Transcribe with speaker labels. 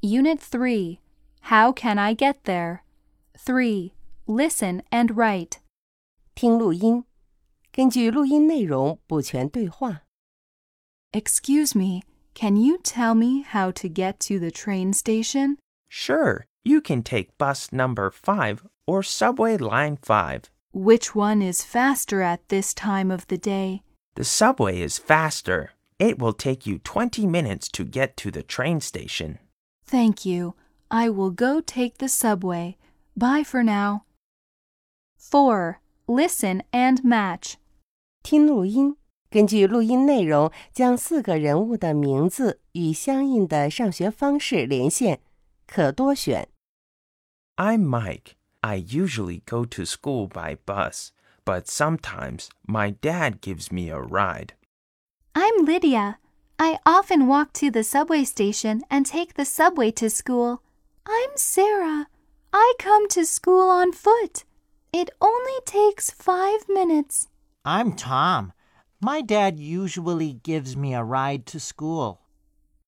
Speaker 1: Unit 3 How can I get there? 3. Listen and write.
Speaker 2: 听录音，根据录音内容补全对话。
Speaker 1: Excuse me, can you tell me how to get to the train station?
Speaker 3: Sure, you can take bus number 5 or subway line 5.
Speaker 1: Which one is faster at this time of the day?
Speaker 3: The subway is faster. It will take you 20 minutes to get to the train station.
Speaker 1: Thank you. I will go take the subway. Bye for now. 4. Listen and match.
Speaker 2: 听录音，根据录音内容将四个人物的名字与相应的上学方式连线，可多选。
Speaker 3: I'm Mike. I usually go to school by bus, but sometimes my dad gives me a ride.
Speaker 1: I'm Lydia. I often walk to the subway station and take the subway to school. I'm Sarah. I come to school on foot. It only takes five minutes.
Speaker 4: I'm Tom. My dad usually gives me a ride to school.